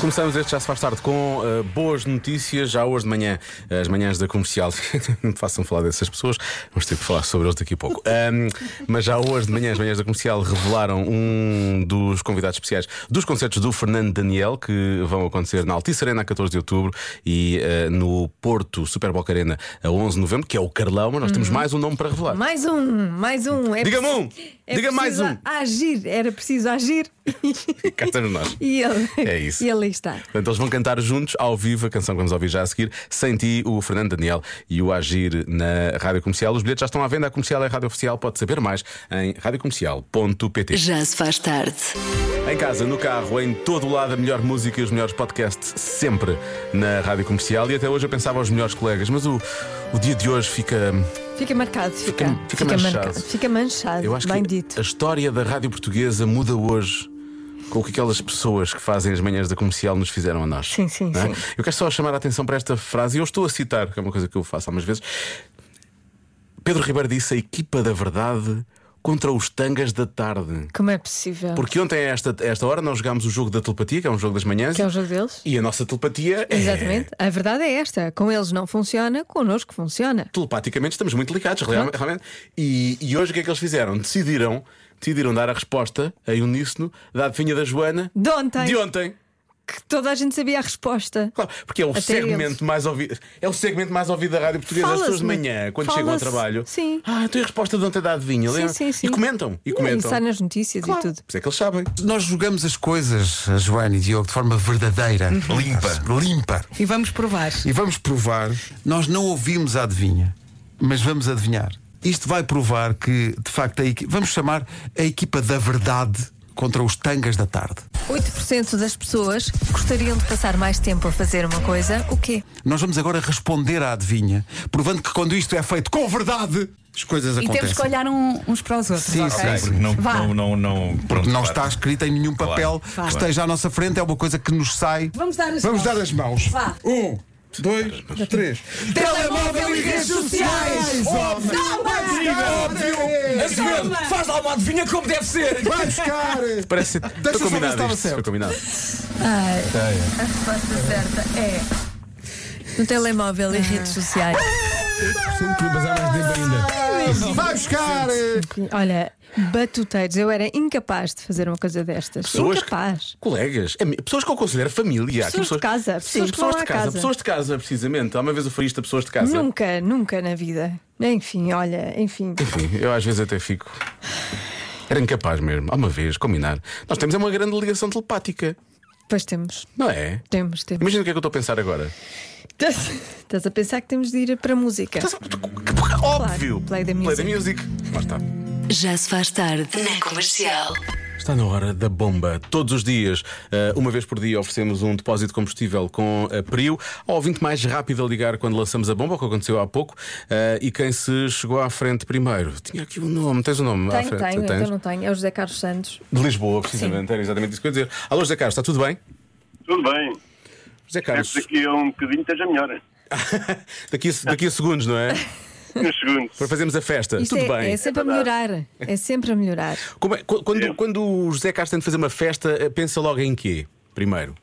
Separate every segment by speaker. Speaker 1: Começamos este Já Se Faz Tarde com eh, boas notícias. Já hoje de manhã, eh, as manhãs da comercial, não me façam falar dessas pessoas, vamos ter que falar sobre eles daqui a pouco. Ahm, mas já hoje de manhã, as manhãs da comercial revelaram um dos convidados especiais dos concertos do Fernando Daniel, que vão acontecer na Altice Arena a 14 de outubro e eh, no Porto Super Boca Arena a 11 de novembro, que é o Carlão. Mas nós temos mais um nome para revelar.
Speaker 2: Mais um, mais um. É
Speaker 1: Diga-me
Speaker 2: preciso-
Speaker 1: um! Diga
Speaker 2: preciso
Speaker 1: mais um!
Speaker 2: Agir, era preciso agir.
Speaker 1: Cá estamos nós.
Speaker 2: E ele,
Speaker 1: É isso.
Speaker 2: E ele aí está.
Speaker 1: Portanto, eles vão cantar juntos, ao vivo, a canção que vamos ouvir já a seguir, Sem Ti, o Fernando Daniel e o Agir na Rádio Comercial. Os bilhetes já estão à venda, a comercial é a Rádio Oficial, pode saber mais em radiocomercial.pt.
Speaker 3: Já se faz tarde.
Speaker 1: Em casa, no carro, em todo o lado, a melhor música e os melhores podcasts sempre na Rádio Comercial. E até hoje eu pensava aos melhores colegas, mas o, o dia de hoje fica.
Speaker 2: Fica marcado, fica.
Speaker 1: Fica- fica manchado.
Speaker 2: marcado, fica manchado.
Speaker 1: Eu acho
Speaker 2: bem
Speaker 1: que
Speaker 2: dito.
Speaker 1: a história da Rádio Portuguesa muda hoje. Com o que aquelas pessoas que fazem as manhãs da comercial nos fizeram a nós.
Speaker 2: Sim, sim,
Speaker 1: não é?
Speaker 2: sim.
Speaker 1: Eu quero só chamar a atenção para esta frase, e eu estou a citar, que é uma coisa que eu faço algumas vezes. Pedro Ribeiro disse: a equipa da verdade contra os tangas da tarde.
Speaker 2: Como é possível?
Speaker 1: Porque ontem, a esta, a esta hora, nós jogámos o jogo da telepatia, que é um jogo das manhãs,
Speaker 2: Que é o jogo deles?
Speaker 1: e a nossa telepatia é-
Speaker 2: Exatamente. A verdade é esta: com eles não funciona, connosco funciona.
Speaker 1: telepaticamente estamos muito ligados, real- realmente. E, e hoje o que é que eles fizeram? Decidiram, decidiram dar a resposta em uníssono da adivinha da Joana
Speaker 2: De ontem,
Speaker 1: de ontem.
Speaker 2: que toda a gente sabia a resposta.
Speaker 1: Claro, porque é o
Speaker 2: Até
Speaker 1: segmento
Speaker 2: eles.
Speaker 1: mais ouvido. É o segmento mais ouvido da rádio portuguesa às
Speaker 2: Fala-se
Speaker 1: pessoas de
Speaker 2: muito.
Speaker 1: manhã, quando chegam ao
Speaker 2: Fala-se,
Speaker 1: trabalho.
Speaker 2: sim.
Speaker 1: Ah, então e a resposta de ontem da adivinha,
Speaker 2: Sim,
Speaker 1: lembra?
Speaker 2: sim, sim.
Speaker 1: E comentam, e
Speaker 2: E
Speaker 1: comentam.
Speaker 2: sai nas notícias
Speaker 1: Claro,
Speaker 2: e tudo.
Speaker 1: Por isso é que eles sabem.
Speaker 4: Nós jogamos as coisas, a Joana e Diogo, de forma verdadeira.
Speaker 5: Uhum.
Speaker 4: Limpa. Limpa.
Speaker 6: E vamos provar.
Speaker 4: E vamos provar. Nós não ouvimos a adivinha, mas vamos adivinhar. Isto vai provar que, de facto, a equi- vamos chamar a equipa da verdade contra os tangas da tarde.
Speaker 2: 8% das pessoas gostariam de passar mais tempo a fazer uma coisa, o quê?
Speaker 4: Nós vamos agora responder à adivinha, provando que quando isto é feito com verdade, as coisas
Speaker 6: E
Speaker 4: acontecem.
Speaker 6: temos que olhar um- uns para os outros.
Speaker 4: Sim,
Speaker 6: ok?
Speaker 4: sim,
Speaker 5: Porque não,
Speaker 6: Vá.
Speaker 5: não, não, não, pronto,
Speaker 4: Não
Speaker 5: vá.
Speaker 4: está escrita em nenhum
Speaker 5: Claro.
Speaker 4: papel
Speaker 5: Vá.
Speaker 4: que esteja à nossa frente, é uma coisa que nos sai.
Speaker 6: Vamos dar as
Speaker 4: Vamos
Speaker 6: mãos.
Speaker 4: dar as mãos.
Speaker 6: Vá.
Speaker 4: Um, dois, três.
Speaker 6: Telemóvel e redes sociais.
Speaker 4: Óbvio!
Speaker 6: Toma!
Speaker 7: Faz lá uma adivinha como deve ser!
Speaker 4: Vai buscar!
Speaker 1: Parece
Speaker 4: Deixa eu só ver se
Speaker 1: combinado
Speaker 4: estava
Speaker 1: isto,
Speaker 4: certo.
Speaker 1: Foi combinado.
Speaker 2: A resposta certa é. No telemóvel e redes sociais.
Speaker 1: um é
Speaker 4: Vai buscar!
Speaker 2: Olha, batuteiros, eu era incapaz de fazer uma coisa destas. incapaz.
Speaker 1: Que, colegas, ami- pessoas que eu considero família.
Speaker 2: Pessoas de casa,
Speaker 1: Sim,
Speaker 2: pessoas que vão
Speaker 1: de
Speaker 2: à
Speaker 1: casa,
Speaker 2: casa.
Speaker 1: Pessoas de casa, precisamente. Há uma vez eu fui isto a pessoas de casa.
Speaker 2: Nunca, nunca na vida. Enfim, olha, enfim.
Speaker 1: Enfim, eu às vezes até fico. Era incapaz mesmo. Há uma vez, combinar. Nós temos é uma grande ligação telepática,
Speaker 2: Depois temos,
Speaker 1: não é?
Speaker 2: temos, temos.
Speaker 1: Imagina o que é que eu estou a pensar agora.
Speaker 2: Estás estás a pensar que temos de ir para a música.
Speaker 1: Óbvio!
Speaker 2: Play the
Speaker 1: Play the music. Lá está.
Speaker 3: Já se faz tarde na comercial.
Speaker 1: Está na hora da bomba. Todos os dias, eh, uma vez por dia, oferecemos um depósito de combustível com a Priu. Ao ouvinte mais rápido a ligar quando lançamos a bomba, o que aconteceu há pouco. eh, E quem se chegou à frente primeiro? Tinha aqui o nome. Tens o nome à
Speaker 2: Tenho,
Speaker 1: frente?
Speaker 2: tenho,
Speaker 1: Tens?
Speaker 2: então não tenho. É o José Carlos Santos.
Speaker 1: De Lisboa, precisamente. Era exatamente isso que eu ia dizer. Alô, José Carlos, está tudo bem?
Speaker 8: Tudo bem.
Speaker 1: José
Speaker 8: Espero
Speaker 1: Carlos,
Speaker 8: que daqui a um bocadinho esteja melhor.
Speaker 1: daqui a, daqui a segundos, não é?
Speaker 8: Uns segundos.
Speaker 1: Para fazermos a festa.
Speaker 2: Isto
Speaker 1: tudo
Speaker 2: é,
Speaker 1: bem.
Speaker 2: é sempre a melhorar. É sempre a melhorar.
Speaker 1: Como é- qu- quando, quando o José Carlos tem de fazer uma festa, eh, pensa logo em quê? Primeiro.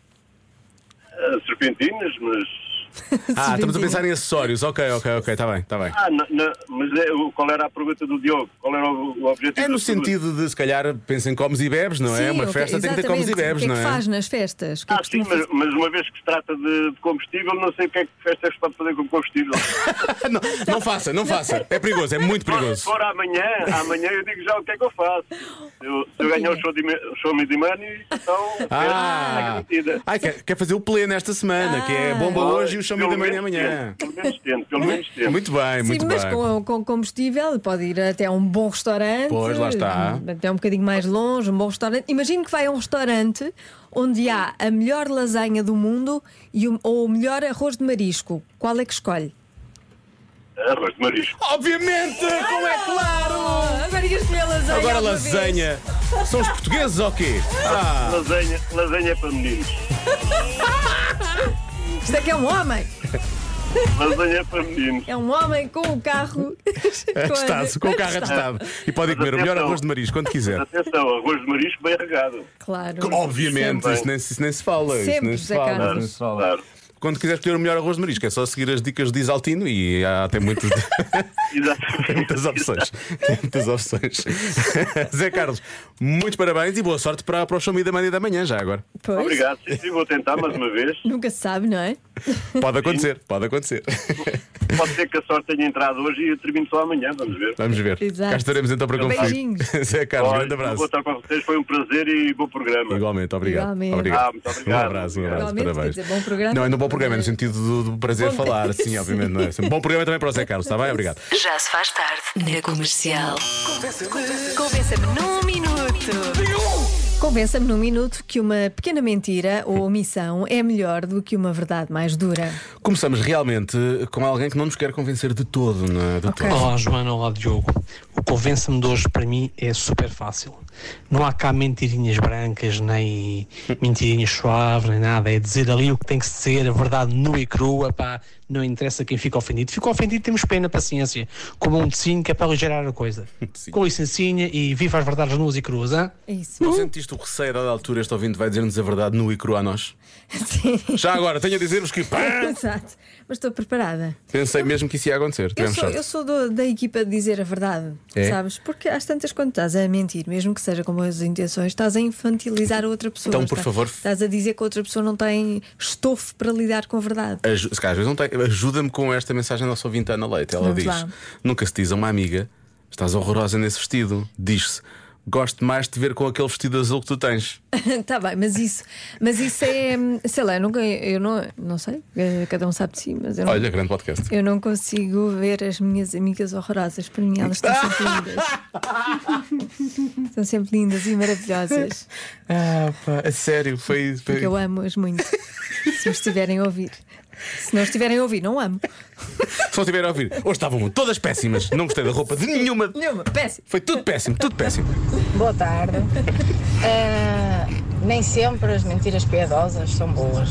Speaker 8: Ah, serpentinas, mas.
Speaker 1: Ah, estamos a pensar em acessórios. Ok, ok, ok, está bem, está bem.
Speaker 8: Ah, na- na- mas é, o- qual era a pergunta do Diogo? Qual era o, o objetivo?
Speaker 1: É no
Speaker 8: da pergunta?
Speaker 1: sentido de, se calhar, pensa em comes e bebes, não é?
Speaker 2: Tipo assim, Sim,
Speaker 1: Uma
Speaker 2: ok,
Speaker 1: festa tem que ter comes e
Speaker 2: exatamente.
Speaker 1: bebes,
Speaker 2: O que é
Speaker 1: não
Speaker 2: que
Speaker 1: é?
Speaker 2: faz nas festas? O que é
Speaker 8: Ah,
Speaker 2: que
Speaker 8: sim,
Speaker 2: costuma
Speaker 8: mas, mas uma vez que se trata de, de combustível, não sei o que é que festa é que se pode fazer com combustível.
Speaker 1: não, não faça, não faça. É perigoso, é muito
Speaker 8: Se
Speaker 1: perigoso.
Speaker 8: for amanhã, amanhã eu digo já o que é que eu faço. Se eu, se eu ganhar o show, de, me- show me de money, então.
Speaker 1: Ah,
Speaker 8: é garantida.
Speaker 1: ai, quer, quer fazer o pleno esta semana, que
Speaker 2: Ah.
Speaker 1: é bomba hoje e o chame da
Speaker 8: Pelo
Speaker 1: manhã
Speaker 8: menos
Speaker 1: amanhã.
Speaker 8: tento, Pelo menos tento, pelo menos tento.
Speaker 1: Muito bem, É muito
Speaker 2: Sim, mas
Speaker 1: bem.
Speaker 2: com, com combustível pode ir até a um bom restaurante.
Speaker 1: Pois, lá está.
Speaker 2: Até um bocadinho mais longe, um bom restaurante. Imagino que vai a um restaurante onde há a melhor lasanha do mundo e o, ou o melhor arroz de marisco. Qual é que escolhe?
Speaker 8: Arroz de marisco.
Speaker 1: Obviamente, como é claro!
Speaker 2: Ah, Agora ias comer lasanha.
Speaker 1: Agora lasanha. São os portugueses ou quê? Ah,
Speaker 8: Lasanha, lasanha é para meninos.
Speaker 2: Isto é que é um homem.
Speaker 8: Lasanha é para meninos.
Speaker 2: É um homem com o carro.
Speaker 1: Arrestado, É, com o carro arrestado. E podem comer o melhor
Speaker 8: Atenção.
Speaker 1: arroz de marisco quando quiser.
Speaker 8: Atenção, arroz de marisco bem regado.
Speaker 2: Claro.
Speaker 1: Obviamente,
Speaker 8: Sempre.
Speaker 1: isso nem, se- isso nem se fala. isso
Speaker 2: Sempre,
Speaker 1: nem se
Speaker 2: Zé
Speaker 1: fala.
Speaker 2: Carlos.
Speaker 1: isso nem se fala.
Speaker 8: Claro.
Speaker 1: Quando quiser escolher o melhor arroz de marisco, é só seguir as dicas de Isaltino e há até muitos. Tem
Speaker 8: Exatamente.
Speaker 1: muitas opções. Tem muitas opções. Zé Carlos, muitos parabéns e boa sorte para, para o show Me da manhã e da manhã, já agora.
Speaker 2: Pois,
Speaker 8: Obrigado, sim, sim, vou tentar mais uma vez.
Speaker 2: Nunca se sabe, não é?
Speaker 1: Pode acontecer, pode acontecer.
Speaker 8: Pode ser que a sorte tenha entrado hoje e eu termino só amanhã, vamos ver.
Speaker 1: Vamos ver.
Speaker 2: Exato.
Speaker 1: Cá estaremos então para conferir.
Speaker 2: Beijinhos.
Speaker 1: Zé Carlos,
Speaker 8: Olha,
Speaker 1: Tá um grande
Speaker 8: Vou
Speaker 1: abraço.
Speaker 8: estar com vocês, foi um prazer e bom programa.
Speaker 1: Igualmente, obrigado.
Speaker 2: Igualmente.
Speaker 1: obrigado.
Speaker 8: Ah, muito obrigado.
Speaker 1: Um abraço, um abraço,
Speaker 2: Igualmente, quer
Speaker 1: parabéns.
Speaker 2: dizer, bom programa.
Speaker 1: Não, é no bom programa, é no sentido do, do prazer
Speaker 2: Bom-
Speaker 1: falar, sim, obviamente. Não é? Sim, Bom programa também para o Zé Carlos, está bem? Obrigado.
Speaker 3: Já se faz tarde na comercial.
Speaker 5: Convença-me num minuto.
Speaker 2: Convença-me num minuto que uma pequena mentira ou omissão é melhor do que uma verdade mais dura.
Speaker 1: Começamos realmente com alguém que não nos quer convencer de todo, não é? De
Speaker 2: Ok.
Speaker 1: todo.
Speaker 9: Olá Joana, olá Diogo. O convença-me de hoje para mim é super fácil. Não há cá mentirinhas brancas, nem mentirinhas suaves, nem nada. É dizer ali o que tem que ser, a verdade nua e crua, pá, não interessa quem fica ofendido. Ficou ofendido, temos pena, paciência. Como um tecinho que é para aligerar a coisa.
Speaker 1: Sim.
Speaker 9: Com licencinha e viva as verdades nuas e cruas, hã?
Speaker 2: É isso.
Speaker 1: Não sentiste o receio, a dada altura, este ouvinte vai dizer-nos a verdade nua e crua a nós?
Speaker 2: Sim.
Speaker 1: Já agora, tenho a dizer-vos que pá,
Speaker 2: Exato. Mas estou preparada.
Speaker 1: pensei mesmo que isso ia acontecer.
Speaker 2: Eu
Speaker 1: Tivemos
Speaker 2: sou,
Speaker 1: sorte.
Speaker 2: eu sou do- da equipa de dizer a verdade,
Speaker 1: É?
Speaker 2: sabes? Porque às tantas, quando estás a mentir, mesmo que seja com boas intenções, estás a infantilizar a outra pessoa.
Speaker 1: Então, por
Speaker 2: Estás-
Speaker 1: favor.
Speaker 2: Estás a dizer que a outra pessoa não tem estofo para lidar com a verdade.
Speaker 1: Aju- se calhar às vezes não tem- Ajuda-me com esta mensagem da nossa ouvinte Ana Leite. Ela
Speaker 2: Vamos
Speaker 1: diz:
Speaker 2: lá.
Speaker 1: Nunca se diz a uma amiga, estás horrorosa nesse vestido. Diz-se: Gosto mais de te ver com aquele vestido azul que tu tens.
Speaker 2: Está Tá bem, mas isso, mas isso é, hum, sei lá, eu, nunca, eu não, não sei, eh, cada um sabe de si, mas eu não,
Speaker 1: Olha, grande podcast.
Speaker 2: eu não consigo ver as minhas amigas horrorosas. Para mim, elas estão sempre lindas. Estão sempre lindas e maravilhosas.
Speaker 1: Ah, pá, a sério, foi. foi-
Speaker 2: Porque eu amo-as muito. Se me estiverem a ouvir. Se não estiverem a ouvir, não amo.
Speaker 1: Se não estiver a ouvir, hoje estavam todas péssimas. Não gostei da roupa de nenhuma.
Speaker 2: Nenhuma, péssimo.
Speaker 1: Foi tudo péssimo, tudo péssimo.
Speaker 10: Boa tarde. Ah, nem sempre as mentiras piedosas são boas.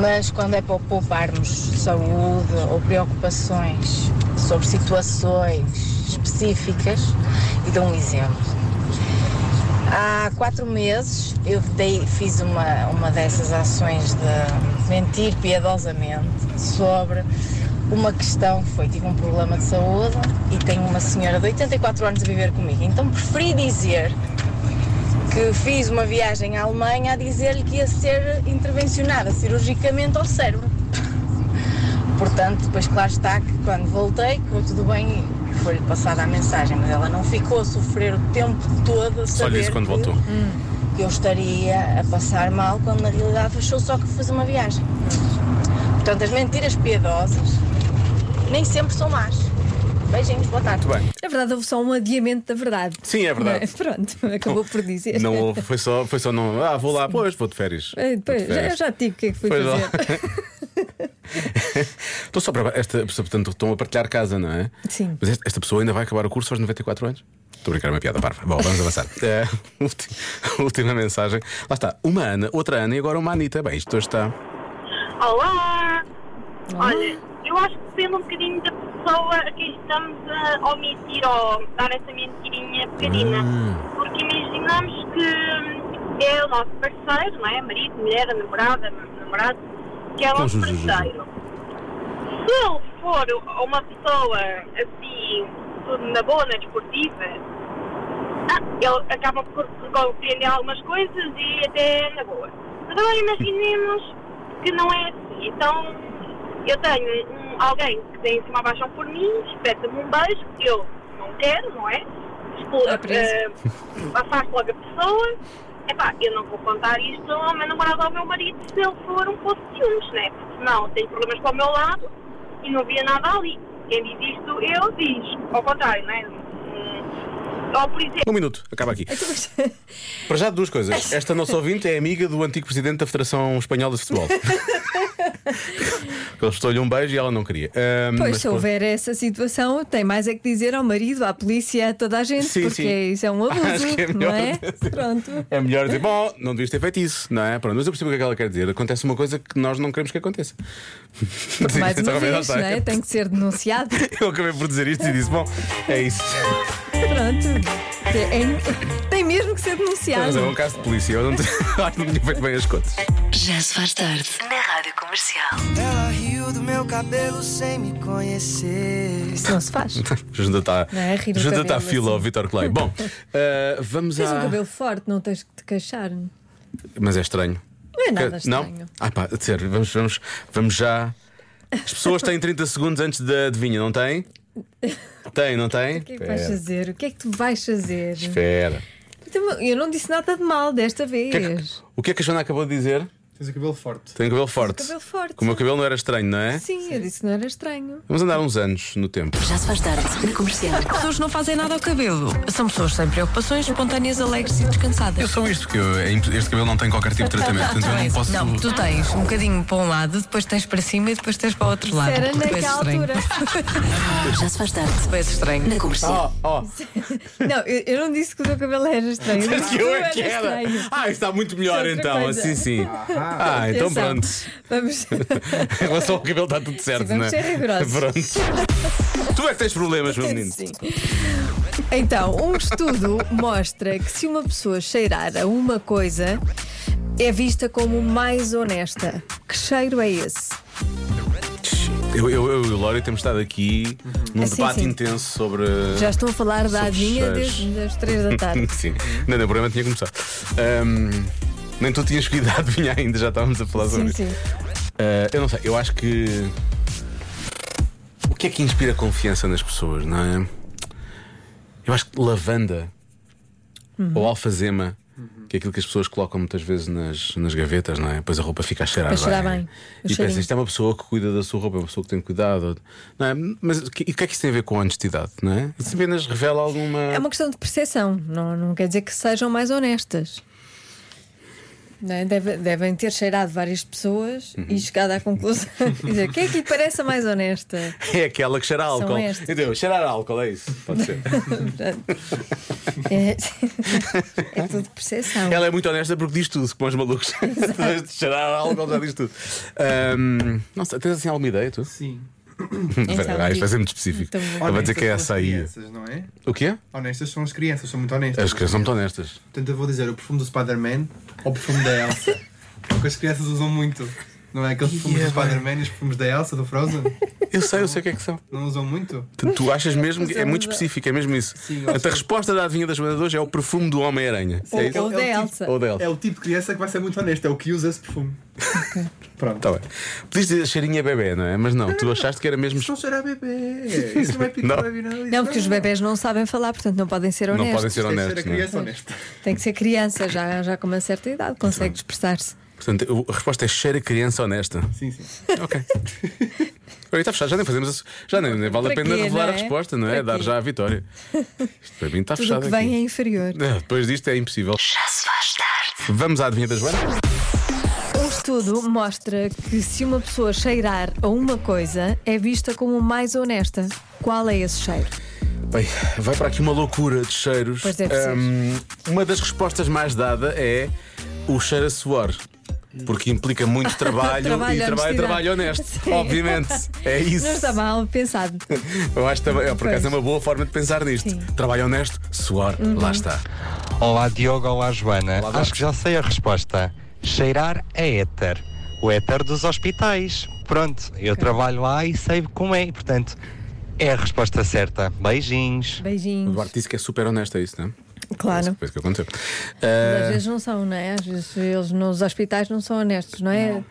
Speaker 10: Mas quando é para pouparmos saúde ou preocupações sobre situações específicas, e dou um exemplo. Há quatro meses eu dei- fiz uma, uma dessas ações de mentir piedosamente sobre uma questão que foi, tive um problema de saúde e tenho uma senhora de 84 anos a viver comigo. Então preferi dizer que fiz uma viagem à Alemanha a dizer-lhe que ia ser intervencionada cirurgicamente ao cérebro. Portanto, depois claro está que quando voltei, correu tudo bem e foi-lhe passada a mensagem, mas ela não ficou a sofrer o tempo todo a
Speaker 1: Só lhe
Speaker 10: saber
Speaker 1: disse quando
Speaker 10: que
Speaker 1: voltou.
Speaker 10: eu estaria a passar mal quando na realidade achou só que fazer uma viagem. Portanto, as mentiras piedosas nem sempre são más. Beijinhos, boa tarde.
Speaker 1: Muito bem.
Speaker 2: Na verdade, houve só um adiamento da verdade.
Speaker 1: Sim, é verdade.
Speaker 2: Não Pronto, acabou por dizer.
Speaker 1: Não houve, foi só, foi só não. Ah, vou lá, pois, vou de férias.
Speaker 2: Eh, Depois,
Speaker 1: Vou de
Speaker 2: já,
Speaker 1: férias.
Speaker 2: eu já te digo o que é que fui
Speaker 1: Pois
Speaker 2: fazer.
Speaker 1: não. Estou Então só para. Esta pessoa, portanto, estão a partilhar casa, não é?
Speaker 2: Sim.
Speaker 1: Mas esta, esta pessoa ainda vai acabar o curso aos 94 anos? Estou a brincar, é uma piada parva. Bom, vamos avançar. É, ulti- última mensagem. Lá está. Uma Ana, outra Ana e agora uma Anitta. Bem, isto hoje está.
Speaker 10: Olá! Olha, eu acho que depende um bocadinho da pessoa a quem estamos a omitir ou dar essa mentirinha pequenina. Porque imaginamos que é o nosso parceiro, não é? Marido, mulher, namorada, namorado, que é o nosso
Speaker 1: Então, Ju, Ju, Ju, Ju.
Speaker 10: parceiro. Se ele for uma pessoa assim, tudo na boa, na desportiva, ah, ele acaba por compreender algumas coisas e até na boa. Mas agora imaginemos que não é assim. Então, eu tenho um- alguém que tem assim, uma paixão por mim, espeta-me um beijo, que eu não quero, não é? Explo-
Speaker 2: Ah, preso.
Speaker 10: eh, Afasto logo a pessoa. Epá, eu não vou contar isto ao meu namorado ou ao meu marido se ele for um pouco de ciúmes, né? Porque senão tem problemas para o meu lado né? e não via nada ali. Quem diz isto, eu diz. Ao contrário, não é? Hum,
Speaker 5: Ou, por exemplo,
Speaker 1: Um minuto, acaba aqui.
Speaker 2: Então, mas-
Speaker 1: Para já, duas coisas. Esta nossa ouvinte é amiga do antigo presidente da Federação Espanhola de Futebol. Ele estou-lhe um beijo e ela não queria. Ahm,
Speaker 2: Pois,
Speaker 1: mas
Speaker 2: se
Speaker 1: pronto.
Speaker 2: houver essa situação, tem mais é que dizer ao marido, à polícia, a toda a gente,
Speaker 1: Sim,
Speaker 2: porque
Speaker 1: sim.
Speaker 2: isso é um abuso,
Speaker 1: Acho que é
Speaker 2: não
Speaker 1: melhor
Speaker 2: é?
Speaker 1: dizer.
Speaker 2: Pronto.
Speaker 1: É melhor dizer, bom, não devias ter feito isso, não é? Pronto, mas eu percebo o que é que ela quer dizer. Acontece uma coisa que nós não queremos que aconteça.
Speaker 2: Mais
Speaker 1: Sim,
Speaker 2: uma
Speaker 1: essa
Speaker 2: vez,
Speaker 1: realidade
Speaker 2: não é? Tem que ser denunciado.
Speaker 1: Eu acabei por dizer isto e disse, bom, é isso.
Speaker 2: Pronto. É- tem mesmo que ser
Speaker 1: Mas
Speaker 2: denunciado.
Speaker 1: é um caso de polícia. Eu não, te... Acho que não tinha feito bem as contas.
Speaker 3: Já se faz tarde na Rádio Comercial.
Speaker 6: Ela riu do meu cabelo sem me conhecer.
Speaker 2: Isso não se faz.
Speaker 1: Junta está
Speaker 2: Não é? Rir o
Speaker 1: Junta
Speaker 2: cabelo
Speaker 1: está tá, a fila
Speaker 2: assim.
Speaker 1: ao Vitor Clay. Bom, ah, vamos
Speaker 2: Tens um
Speaker 1: a.
Speaker 2: cabelo forte, não tens que te queixar. Não
Speaker 1: Mas é estranho.
Speaker 2: é nada
Speaker 1: Que- não?
Speaker 2: estranho.
Speaker 1: Ah, pá, de sério, vamos, vamos, vamos já. As pessoas têm 30 segundos antes da adivinha, não têm? Tem, não tem?
Speaker 2: O que é que vais fazer? O que é que tu vais fazer?
Speaker 1: Espera.
Speaker 2: Então, Eu não disse nada de mal desta
Speaker 1: O que, é que,
Speaker 2: vez.
Speaker 1: o que é que a Joana acabou de dizer?
Speaker 7: Tens o cabelo forte.
Speaker 1: Tem cabelo forte.
Speaker 2: Cabelo forte.
Speaker 1: Que o meu cabelo não era estranho, não é?
Speaker 2: Sim, eu disse que não era estranho.
Speaker 1: Vamos andar uns anos no tempo.
Speaker 3: Já se faz tarde na Comercial.
Speaker 6: As pessoas não fazem nada ao cabelo. São pessoas sem preocupações, espontâneas, alegres e descansadas.
Speaker 1: sou isto, porque este cabelo não tem qualquer tipo de tratamento. Portanto, eu não posso.
Speaker 6: Não, tu tens um bocadinho para um lado, depois tens para cima e depois tens para o outro lado.
Speaker 2: Era
Speaker 6: Tu és
Speaker 2: naquela
Speaker 6: estranho.
Speaker 2: altura.
Speaker 3: Já se faz tarde
Speaker 6: Tu és estranho.
Speaker 3: na Comercial.
Speaker 2: Não, eu, eu não disse que o teu cabelo era estranho. disse
Speaker 1: Que
Speaker 2: tu
Speaker 1: eu é que
Speaker 2: eras
Speaker 1: era.
Speaker 2: estranho.
Speaker 1: Ah, isto está muito melhor
Speaker 2: Isso é outra
Speaker 1: então.
Speaker 2: coisa.
Speaker 1: Assim sim. Ah, então
Speaker 2: Atenção.
Speaker 1: pronto.
Speaker 2: Vamos.
Speaker 1: Em relação ao cabelo está tudo certo,
Speaker 2: Sim, vamos
Speaker 1: não é?
Speaker 2: ser rigorosos.
Speaker 1: Pronto. tu é que tens problemas, meu menino.
Speaker 2: Então, um estudo mostra que se uma pessoa cheirar a uma coisa, é vista como mais honesta. Que cheiro é esse?
Speaker 1: Eu, eu, eu e o Lório temos estado aqui num
Speaker 2: Assim,
Speaker 1: debate
Speaker 2: sim.
Speaker 1: intenso sobre.
Speaker 2: Já estou a falar da
Speaker 1: Sobre
Speaker 2: adivinha
Speaker 1: cheiros.
Speaker 2: desde as três da tarde.
Speaker 1: Sim, não, não, o programa tinha começado. Ahm, nem tu tinhas escolhido a adivinha ainda, já estávamos a falar sobre
Speaker 2: Sim,
Speaker 1: isso.
Speaker 2: sim.
Speaker 1: Ah, eu não sei, eu acho que. O que é que inspira confiança nas pessoas, não é? Eu acho que lavanda
Speaker 2: Uhum.
Speaker 1: ou alfazema, que é aquilo que as pessoas colocam muitas vezes nas, nas gavetas, não é? Depois a roupa fica a cheirar
Speaker 2: Para cheirar bem, o
Speaker 1: E
Speaker 2: cheirinho.
Speaker 1: pensas, isto é uma pessoa que cuida da sua roupa, é uma pessoa que tem cuidado. Não é? Mas o que- e o que é que isso tem a ver com a honestidade, não é? Isso apenas revela alguma.
Speaker 2: É uma questão de percepção, não, não quer dizer que sejam mais honestas. Não é? Deve- devem ter cheirado várias pessoas
Speaker 1: Uhum.
Speaker 2: e chegado à conclusão. Quer dizer, quem é que lhe parece a mais honesta?
Speaker 1: É aquela que cheira a álcool.
Speaker 2: estas.
Speaker 1: Entendeu? Cheirar a álcool, é isso? Pode ser.
Speaker 2: É, é tudo percepção.
Speaker 1: Ela é muito honesta porque diz tudo, como os malucos. Depois de Cheirar a álcool já diz tudo. Ahm, nossa, tens assim alguma ideia, tu?
Speaker 7: Sim.
Speaker 1: Espera, ah, isto vai ser muito específico.
Speaker 2: Então, bom.
Speaker 1: Ela vai dizer que é
Speaker 7: Honestas
Speaker 1: essa
Speaker 7: são as
Speaker 1: aí.
Speaker 7: crianças, não é?
Speaker 1: O quê?
Speaker 7: Honestas são as crianças, são muito honestas.
Speaker 1: As crianças são muito honestas.
Speaker 7: Portanto, eu vou dizer o perfume do Spider-Man ou o perfume da Elsa. Porque as crianças usam muito. Não é aqueles perfumes do Spider-Man e os perfumes da Elsa, do Frozen?
Speaker 1: Eu sei, eu sei o que é que são.
Speaker 7: Não usam muito?
Speaker 1: Portanto, tu achas mesmo que é muito específico, é mesmo isso.
Speaker 7: Sim, eu
Speaker 1: Portanto, A
Speaker 7: acho.
Speaker 1: resposta da adivinha das bandas de hoje é o perfume do Homem-Aranha.
Speaker 2: Ou,
Speaker 1: É isso?
Speaker 2: ou da Elsa.
Speaker 1: Ou dela.
Speaker 7: É o tipo de criança que vai ser muito honesta, é o que usa esse perfume. Pronto.
Speaker 1: Tá bem. Podias dizer cheirinho a bebê, não é? Mas não, tu achaste que era mesmo.
Speaker 4: Pues
Speaker 7: Isso não será bebê. Isso não é
Speaker 1: Não.
Speaker 7: picar não.
Speaker 2: Não, porque os bebés não sabem falar, portanto não podem ser
Speaker 1: Não
Speaker 2: honestos.
Speaker 1: podem ser
Speaker 7: Tem que ser a
Speaker 1: honestos. não é?
Speaker 7: criança honesta.
Speaker 2: Tem que ser criança, já, já com uma certa idade, consegue expressar-se.
Speaker 1: Portanto, o- a resposta é cheira criança honesta.
Speaker 7: Sim, sim.
Speaker 1: Ok. Olha, está fechado, já nem fazemos isso. Já nem, nem vale a
Speaker 2: Para
Speaker 1: pena
Speaker 2: quê,
Speaker 1: revelar
Speaker 2: não
Speaker 1: a
Speaker 2: é?
Speaker 1: resposta, não é?
Speaker 2: Para
Speaker 1: Dar
Speaker 2: quê?
Speaker 1: já a vitória. Isto para mim está
Speaker 2: Tudo o
Speaker 1: fechado.
Speaker 2: que vem é
Speaker 1: aqui.
Speaker 2: inferior.
Speaker 1: Não, Depois disto é impossível.
Speaker 3: Já se faz tarde.
Speaker 1: Vamos à adivinha da Joana?
Speaker 2: Um estudo mostra que se uma pessoa cheirar a uma coisa, é vista como mais honesta. Qual é esse cheiro?
Speaker 1: Bem, vai para aqui uma loucura de cheiros.
Speaker 2: Pois deve ser.
Speaker 1: Ahm, uma das respostas mais dada é o cheiro a suor. Porque implica muito trabalho,
Speaker 2: Trabalho,
Speaker 1: e trabalho,
Speaker 2: honestidade.
Speaker 1: trabalho honesto.
Speaker 2: Sim.
Speaker 1: Obviamente. É isso.
Speaker 2: Não está mal pensado.
Speaker 1: Eu acho também, é, por acaso é uma
Speaker 2: Pois.
Speaker 1: boa forma de pensar nisto.
Speaker 2: Sim. Uhum.
Speaker 1: Trabalho honesto, suor, lá está.
Speaker 11: Olá Diogo, olá Joana.
Speaker 1: Olá,
Speaker 11: Acho que já sei a resposta. Cheirar a éter. O éter dos hospitais. Pronto, eu trabalho lá e sei como é. Portanto, é a resposta certa. Beijinhos.
Speaker 1: O
Speaker 2: Beijinhos.
Speaker 1: Duarte disse que é super honesto, é isso, não é?
Speaker 2: Claro.
Speaker 1: Foi isso que aconteceu.
Speaker 2: Às
Speaker 1: Ah,
Speaker 2: vezes não são, não é? Às vezes eles nos hospitais não são honestos, não é?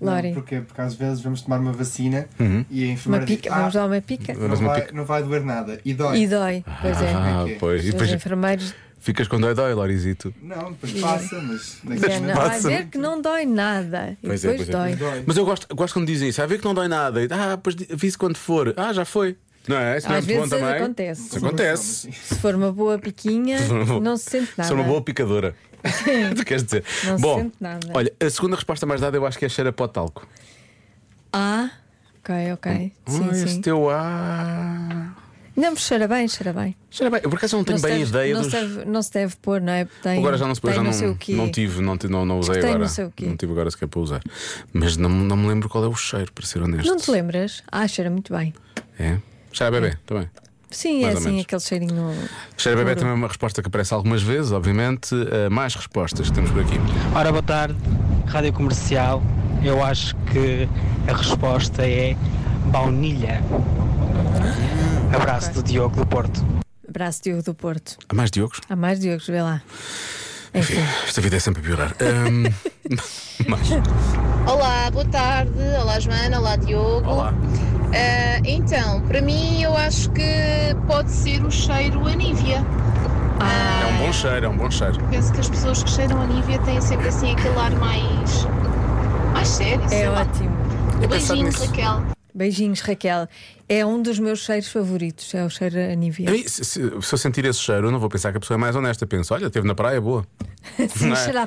Speaker 2: Lori,
Speaker 7: Não, porque, porque às vezes vamos tomar uma vacina e a
Speaker 2: uma
Speaker 7: enfermeira
Speaker 2: pica,
Speaker 7: diz, "Ah,
Speaker 2: vamos dar uma pica.
Speaker 7: não,
Speaker 1: Mas uma
Speaker 7: vai,
Speaker 1: pica."
Speaker 7: não vai doer nada. E dói.
Speaker 2: E dói, pois é.
Speaker 1: Ah,
Speaker 7: Ok.
Speaker 1: pois. E
Speaker 2: Os
Speaker 1: depois
Speaker 2: enfermeiros
Speaker 1: ficas com dói, dói, Lorizito.
Speaker 7: Não, depois passa, mas...
Speaker 2: dizem, não, vai
Speaker 1: Passa.
Speaker 2: ver que não dói nada. E
Speaker 1: é,
Speaker 2: depois dói.
Speaker 1: Mas eu gosto, gosto quando dizem isso. Ah, vê que não dói nada. E, Ah, pois di- vi-se quando for. Ah, já foi. Não é? Isso não é
Speaker 2: Às
Speaker 1: muito bom
Speaker 2: vezes
Speaker 1: também.
Speaker 2: acontece.
Speaker 1: Isso acontece.
Speaker 2: Se for uma boa piquinha, não se sente nada.
Speaker 1: Sou uma boa picadora. tu queres dizer?
Speaker 2: Não se
Speaker 1: bom,
Speaker 2: sente nada.
Speaker 1: olha, a segunda resposta mais dada eu acho que é cheira para o talco.
Speaker 2: Ah, ok, ok. Sim,
Speaker 1: Ah,
Speaker 2: sim.
Speaker 1: Esse teu ah.
Speaker 2: Não, mas cheira bem, cheira bem.
Speaker 1: Cheira bem. Eu por acaso não tenho
Speaker 2: se
Speaker 1: bem
Speaker 2: deve-
Speaker 1: ideia
Speaker 2: não
Speaker 1: dos.
Speaker 2: Se deve, não se deve pôr, não é? Tem,
Speaker 1: Agora já não se
Speaker 2: tem
Speaker 1: pôs, já
Speaker 2: não,
Speaker 1: não,
Speaker 2: sei o quê.
Speaker 1: não tive, não, ti- não, não usei
Speaker 2: Tem não
Speaker 1: agora.
Speaker 2: sei o quê.
Speaker 1: Não tive agora sequer para usar. Mas não, não me lembro qual é o cheiro, para ser honesto.
Speaker 2: Não te lembras? Ah, cheira muito bem.
Speaker 1: É? Cheira a bebê, também.
Speaker 2: Sim,
Speaker 1: Mais
Speaker 2: é
Speaker 1: ou
Speaker 2: assim,
Speaker 1: menos.
Speaker 2: aquele cheirinho.
Speaker 1: Cheira a bebê
Speaker 2: Claro.
Speaker 1: também é uma resposta que aparece algumas vezes, obviamente. Eh, mais respostas que temos por aqui.
Speaker 11: Ora, boa tarde, Rádio Comercial. Eu acho que a resposta é baunilha. Abraço do Diogo do Porto.
Speaker 2: Braço Diogo do Porto.
Speaker 1: Há mais Diogos?
Speaker 2: Há mais Diogos, vê lá. Enfim.
Speaker 1: Esta vida é sempre a piorar. Ehm, Ahm, mas,
Speaker 12: Olá, boa tarde. Olá, Joana. Olá, Diogo.
Speaker 1: Olá.
Speaker 12: Ah, então, para mim, eu acho que é, pode ser o cheiro a Nívia.
Speaker 1: é um bom cheiro, é um bom cheiro.
Speaker 12: Penso que as pessoas que cheiram a Nívia têm sempre assim aquele ar mais. mais sério. assim.
Speaker 2: É
Speaker 12: sei lá.
Speaker 2: ótimo.
Speaker 12: Beijinhos, Raquel.
Speaker 2: Beijinhos, Raquel. É um dos meus cheiros favoritos. É o cheiro a Nivea.
Speaker 1: A mim, se, se- se eu sentir esse cheiro, eu não vou pensar que a pessoa é mais honesta. Penso, olha, esteve na praia, boa.
Speaker 2: Sim,
Speaker 1: Não é?
Speaker 2: cheira à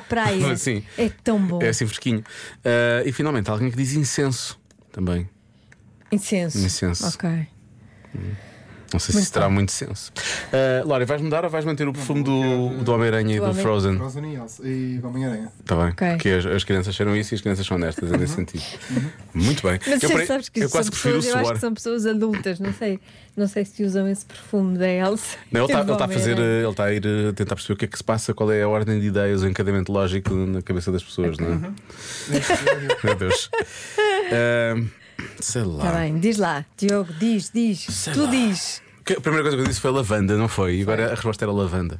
Speaker 2: praia.
Speaker 1: Sim.
Speaker 2: É tão bom.
Speaker 1: É assim fresquinho. Ah, e finalmente, alguém que diz incenso também.
Speaker 2: Incenso.
Speaker 1: Incenso.
Speaker 2: Ok.
Speaker 1: Não sei se
Speaker 2: Muito
Speaker 1: isso terá muito senso. Ah, Laura, vais mudar ou vais manter o perfume do, do Homem-Aranha e do Frozen?
Speaker 7: Frozen e Elsa. E Homem-Aranha. Uhum.
Speaker 1: Está bem,
Speaker 7: Ok.
Speaker 1: porque as, as crianças cheiram isso e as crianças são honestas nesse sentido. Muito bem.
Speaker 2: Mas
Speaker 1: eu,
Speaker 2: eu,
Speaker 1: porém,
Speaker 2: sabes que
Speaker 1: eu
Speaker 2: isso
Speaker 1: quase
Speaker 2: são
Speaker 1: prefiro o
Speaker 2: pessoas, eu acho
Speaker 1: suor.
Speaker 2: que são pessoas adultas, não sei, não sei se usam esse perfume da Elsa.
Speaker 1: Não, ele está
Speaker 2: Tipo
Speaker 1: a fazer,
Speaker 2: Homem-Aranha.
Speaker 1: eh, ele está a ir eh, tentar perceber o que é que se passa, qual é a ordem de ideias, o encadeamento lógico na cabeça das pessoas,
Speaker 7: Uhum.
Speaker 1: não é? Meu Deus. Ahm, sei lá.
Speaker 2: Está Tá bem, diz lá, Diogo, diz, diz, tu diz.
Speaker 1: Que a primeira coisa que eu disse foi lavanda, não foi? E agora a resposta era lavanda.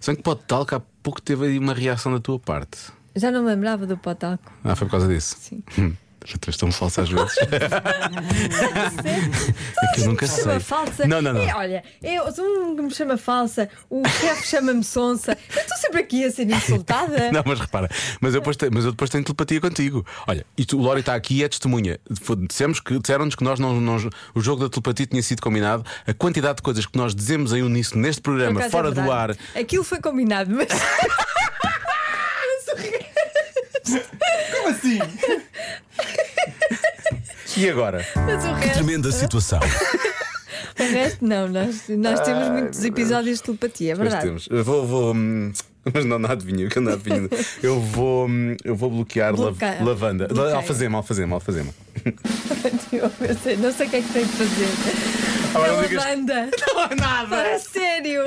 Speaker 1: Só que pode tal que há pouco teve aí uma reação da tua parte.
Speaker 2: Já não me lembrava do potalco.
Speaker 1: Ah, foi por causa disso? Hum, Sim. Já tu és tão falsa às vezes. é que eu nunca
Speaker 2: Me
Speaker 1: sei.
Speaker 2: chama falsa.
Speaker 1: Não, não, não.
Speaker 2: É, olha, eu, um que me chama falsa, o chefe chama-me sonsa. Eu estou sempre aqui a ser insultada.
Speaker 1: Não, mas repara, mas eu depois, te- mas eu depois tenho telepatia contigo. Olha, isto, o Lório está aqui e é testemunha. Fo- Dissemos que, disseram-nos que nós não, não- O jogo da telepatia tinha sido combinado. A quantidade de coisas que nós dizemos em uníssono neste
Speaker 2: Por
Speaker 1: programa,
Speaker 2: acaso é
Speaker 1: fora do ar.
Speaker 2: verdade. Aquilo foi combinado, mas. Mas o resto-
Speaker 7: Como assim?
Speaker 1: E agora?
Speaker 2: Mas o resto.
Speaker 13: Tremenda situação.
Speaker 2: O resto, não, nós, nós temos muitos episódios de telepatia, é
Speaker 1: Ah, Pois
Speaker 2: verdade.
Speaker 1: temos. Eu vou. vou, hum, mas não, não adivinha, que eu não adivinho. Eu vou, hum, eu vou bloquear lav-
Speaker 2: Bloqueia.
Speaker 1: lavanda.
Speaker 2: Bloqueia.
Speaker 1: Alfazema, alfazema, alfazema.
Speaker 2: Diogo, eu sei, não sei o que é que tenho de fazer.
Speaker 1: Agora
Speaker 2: é
Speaker 1: não digas-
Speaker 2: lavanda. Não é nada. Para sério.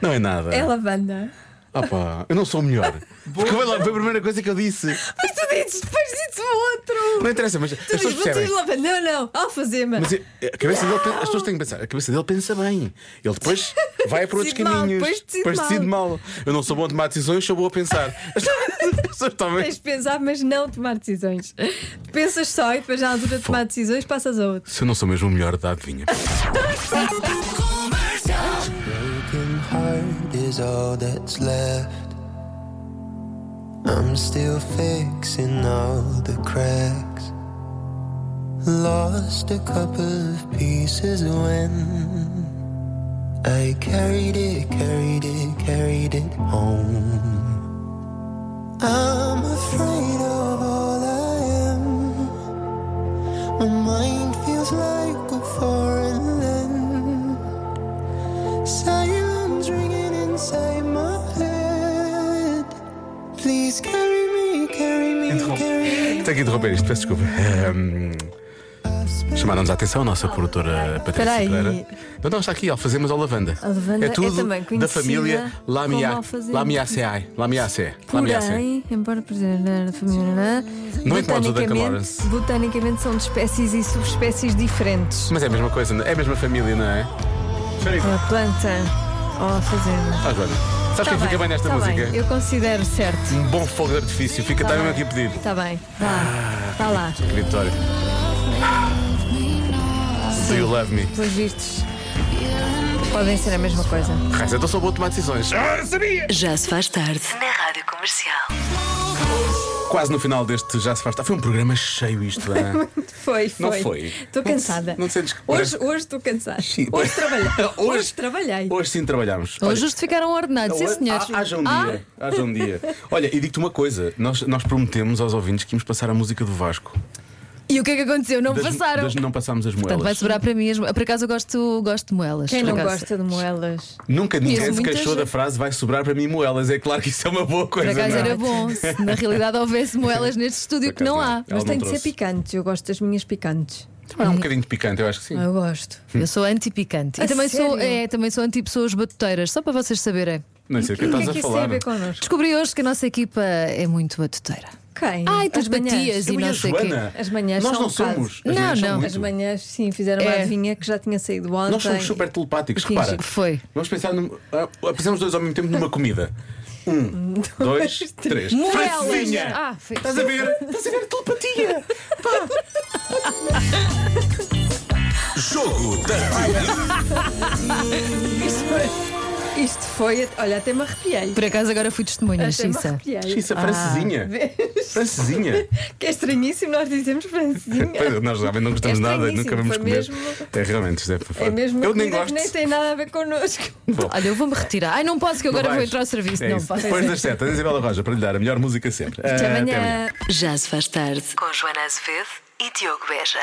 Speaker 1: Não é nada.
Speaker 2: É lavanda.
Speaker 1: Ah pá, eu não sou o melhor. Porque foi logo- foi a primeira coisa que eu disse.
Speaker 2: Mas tu dizes, depois dizes o outro.
Speaker 1: Não interessa, mas as
Speaker 2: Tu
Speaker 1: pessoas
Speaker 2: dizes, vou
Speaker 1: percebem.
Speaker 2: dizer lavanda. Não, não, alfazema.
Speaker 1: Mas eh, a a cabeça dele, tem- as pessoas têm que pensar, a cabeça dele pensa bem. Ele depois vai para outros
Speaker 2: Decide mal,
Speaker 1: caminhos.
Speaker 2: depois decide
Speaker 1: mal. Eu não sou bom a tomar decisões, sou bom a pensar. As pessoas
Speaker 2: Tens
Speaker 1: talvez.
Speaker 2: de pensar, mas não tomar decisões. Pensas só e depois, na altura de tomar decisões, passas a outro.
Speaker 1: Se eu não sou mesmo o melhor da adivinha.
Speaker 14: Broken heart is all that's left. I'm still fixing all the cracks. Lost a couple of pieces when I carried it, carried it, carried it home. I'm afraid of all I am. My mind feels like a foreign land. Silence ringing inside my head. Please carry me, carry me, carry me.
Speaker 1: Tenho que interromper isto, peço desculpa. Ahm, Chamaram-nos a atenção a nossa produtora
Speaker 2: Espera
Speaker 1: Patrícia
Speaker 2: aí.
Speaker 1: Pereira. Não, não, está aqui, alfazemos ou lavanda.
Speaker 2: A lavanda
Speaker 1: é tudo
Speaker 2: é também
Speaker 1: da
Speaker 2: conhecida
Speaker 1: família
Speaker 2: como
Speaker 1: Lamia-
Speaker 2: alfazema.
Speaker 1: Lamiaceae. Lamiaceae. Lamiaceae.
Speaker 2: Porém, embora preservar a família, né?
Speaker 1: Não incomodes o Duncan
Speaker 2: botanicamente,
Speaker 1: Lawrence.
Speaker 2: botanicamente são de espécies e subespécies diferentes.
Speaker 1: Mas é a mesma coisa, não é É a mesma família, não é?
Speaker 2: A planta ou a fazenda.
Speaker 1: Ah, Joana, sabes
Speaker 2: Tá
Speaker 1: quem fica bem nesta
Speaker 2: tá
Speaker 1: música?
Speaker 2: bem, eu considero certo.
Speaker 1: Um bom fogo de artifício, fica
Speaker 2: Tá
Speaker 1: também
Speaker 2: bem.
Speaker 1: aqui a pedir.
Speaker 2: Está bem, vá, está lá.
Speaker 1: Vitória. Do you love me?
Speaker 2: Pelos vistos, podem ser a mesma coisa.
Speaker 1: Raiz, então sou bom a tomar decisões. Ah, sabia!
Speaker 3: Já se faz tarde. Na Rádio Comercial.
Speaker 1: Quase no final deste Já se faz tarde. Foi um programa cheio isto, hã?
Speaker 2: Foi, foi.
Speaker 1: Não foi?
Speaker 2: Estou cansada.
Speaker 1: Não sentes que
Speaker 2: Hoje,
Speaker 1: parece-
Speaker 2: hoje estou cansada. Hoje trabalhei. Hoje, trabalhei.
Speaker 1: Hoje sim trabalhámos.
Speaker 13: Hoje justificaram ordenados, sim
Speaker 1: Hoje-
Speaker 13: senhores.
Speaker 1: ha- Haja um dia. Haja um dia. Olha, e digo-te uma coisa: nós, nós prometemos aos ouvintes que íamos passar a música do Vasco.
Speaker 13: E o que é que aconteceu? Não me
Speaker 1: Das-
Speaker 13: passaram.
Speaker 1: das- não passámos as
Speaker 13: Portanto,
Speaker 1: moelas.
Speaker 13: vai sobrar para mim. as- Por acaso eu gosto, gosto de moelas.
Speaker 2: Quem
Speaker 13: por
Speaker 2: não
Speaker 13: acaso.
Speaker 2: gosta de moelas?
Speaker 1: Nunca ninguém
Speaker 13: Conheço
Speaker 1: se
Speaker 13: muita
Speaker 1: queixou
Speaker 13: gente.
Speaker 1: da frase vai sobrar para mim moelas. É claro que isso é uma boa
Speaker 13: Por
Speaker 1: coisa.
Speaker 13: acaso
Speaker 1: não é?
Speaker 13: era bom se na realidade houvesse moelas neste estúdio que não
Speaker 1: Ela
Speaker 13: há.
Speaker 2: Mas
Speaker 1: não
Speaker 2: tem de ser
Speaker 1: trouxe.
Speaker 2: picantes. Eu gosto das minhas picantes.
Speaker 1: Também é um bocadinho de picante, eu acho que sim.
Speaker 2: Eu gosto.
Speaker 13: Eu sou anti-picante.
Speaker 2: A
Speaker 13: E também sou,
Speaker 2: sério?
Speaker 13: é, também sou anti-pessoas batuteiras, só para vocês saberem.
Speaker 1: Não sei o que
Speaker 2: é
Speaker 1: estás a falar.
Speaker 13: Descobri hoje que a nossa equipa é muito batuteira.
Speaker 2: Quem?
Speaker 13: Ai,
Speaker 2: As
Speaker 13: tu batias
Speaker 2: manhãs.
Speaker 13: e não sei o quê.
Speaker 1: Joana,
Speaker 2: As manhãs
Speaker 1: nós
Speaker 2: são
Speaker 1: não
Speaker 2: um bocado-
Speaker 1: somos. As Não, manhãs são não. muito.
Speaker 2: As manhãs, sim, fizeram
Speaker 13: É.
Speaker 2: uma adivinha que já tinha saído ontem.
Speaker 1: Nós somos super telepáticos,
Speaker 2: Finge
Speaker 1: repara.
Speaker 2: que
Speaker 13: Foi.
Speaker 1: Vamos pensar num. ah, Pensamos dois ao mesmo tempo numa comida. Um, dois, três. Francesinha!
Speaker 13: Ah, foi-
Speaker 1: Estás a ver? Estás a ver telepatia?
Speaker 15: Jogo da
Speaker 2: Isto foi. Isto foi. Olha, até me arrepiei.
Speaker 13: Por acaso agora fui testemunha,
Speaker 2: Até me
Speaker 13: Xissa.
Speaker 2: arrepiei.
Speaker 1: Xissa, francesinha.
Speaker 2: vês?
Speaker 1: Francesinha.
Speaker 2: Que é estranhíssimo, nós dizemos francesinha.
Speaker 1: Pois, nós realmente não gostamos
Speaker 2: É
Speaker 1: nada,
Speaker 2: estranhíssimo,
Speaker 1: nunca vamos
Speaker 2: foi
Speaker 1: comer.
Speaker 2: mesmo-
Speaker 1: É realmente, isto é,
Speaker 2: É mesmo uma
Speaker 1: Eu nem
Speaker 2: comida que
Speaker 1: gosto.
Speaker 2: nem tem nada a ver connosco.
Speaker 13: Olha, eu vou-me retirar. Ai, não posso, que eu
Speaker 1: Não
Speaker 13: agora vou
Speaker 1: vais.
Speaker 13: entrar ao serviço.
Speaker 1: É
Speaker 13: não
Speaker 1: isso.
Speaker 13: posso.
Speaker 1: Depois das sete, a Isabela Roja, para lhe dar a melhor música sempre. Ah,
Speaker 3: Já se faz tarde. Com Joana Azevedo e Diogo Beja.